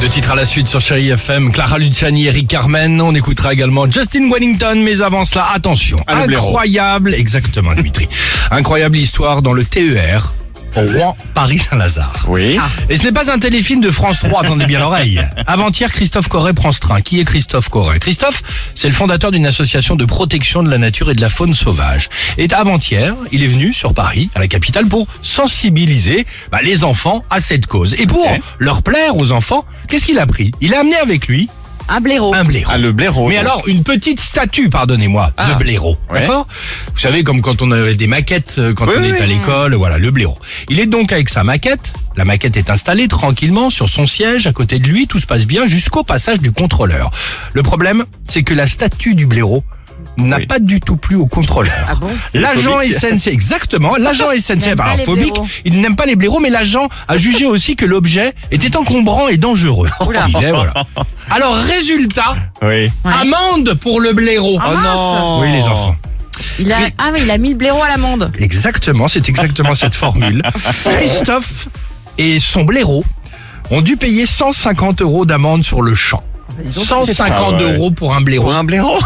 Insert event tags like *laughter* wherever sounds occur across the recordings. Deux titres à la suite sur Chéri FM, Clara Luciani, Eric Carmen. On écoutera également Justin Wellington, mais avant cela, attention. Ah, le blaireau. incroyable, exactement Dimitri. incroyable histoire dans le E TER. Rouen, Paris, Saint-Lazare. Ah. Oui. Et ce n'est pas un téléfilm de France 3, attendez bien l'oreille. Avant-hier, Christophe Corret prend ce train. Qui est Christophe Corret Christophe, c'est le fondateur d'une association de protection de la nature et de la faune sauvage. Et avant-hier, il est venu sur Paris, à la capitale, pour sensibiliser bah, les enfants à cette cause. Et pour leur plaire aux enfants, qu'est-ce qu'il a pris Il a amené avec lui Un blaireau. un blaireau. Ah, le blaireau. Mais donc. alors, une petite statue, pardonnez-moi, Ah. de blaireau. Ouais. D'accord Vous savez, comme quand on avait des maquettes, euh, quand Oui, on oui, était à oui. l'école, voilà, le blaireau. Il est donc avec sa maquette. La maquette est installée tranquillement sur son siège, à côté de lui, tout se passe bien jusqu'au passage du contrôleur. Le problème, c'est que la statue du blaireau n'a Oui. pas du tout plu au contrôleur. Ah L'agent Phobique. *laughs* SNCF, exactement, l'agent SNCF, pas alors les phobique, blaireaux. il n'aime pas les blaireaux, mais l'agent a jugé aussi que l'objet était encombrant et dangereux. Il est, *laughs* voilà. Alors résultat, Oui. Ouais. Ah, Amende pour le blaireau. oh mince. non. Oui, les enfants. Il a... Mais- Ah oui, il a mis le blaireau à l'amende. Exactement, *laughs* c'est exactement cette formule. Christophe et son blaireau ont dû payer 150 euros d'amende sur le champ. Dis donc, 150 Ah ouais. euros pour un blaireau, Pour un blaireau.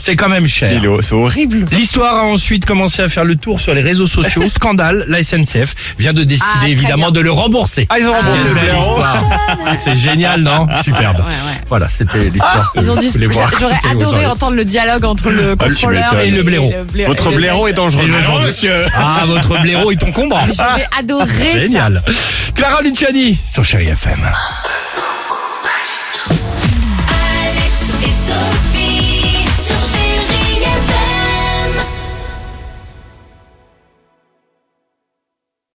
c'est quand même cher. Il est- C'est horrible. L'histoire a ensuite commencé à faire le tour sur les *laughs* réseaux sociaux. Scandale, la SNCF vient de décider Ah, très évidemment bien. de le rembourser. Ah, ils ont remboursé Quelle le belle blaireau. histoire. *laughs* C'est génial, non Superbe. Ouais, ouais. Ah, Voilà, c'était l'histoire. que Ils ont je dû... voulais vous raconter J'aurais adoré aujourd'hui. entendre le dialogue entre le Ah, tu contrôleur m'étonnes. Et le blaireau. Votre blaireau est dangereux. Et le blaireau. monsieur. Ah, votre blaireau est encombrant. J'ai adoré ça. Génial. Clara Luciani sur Chéri FM.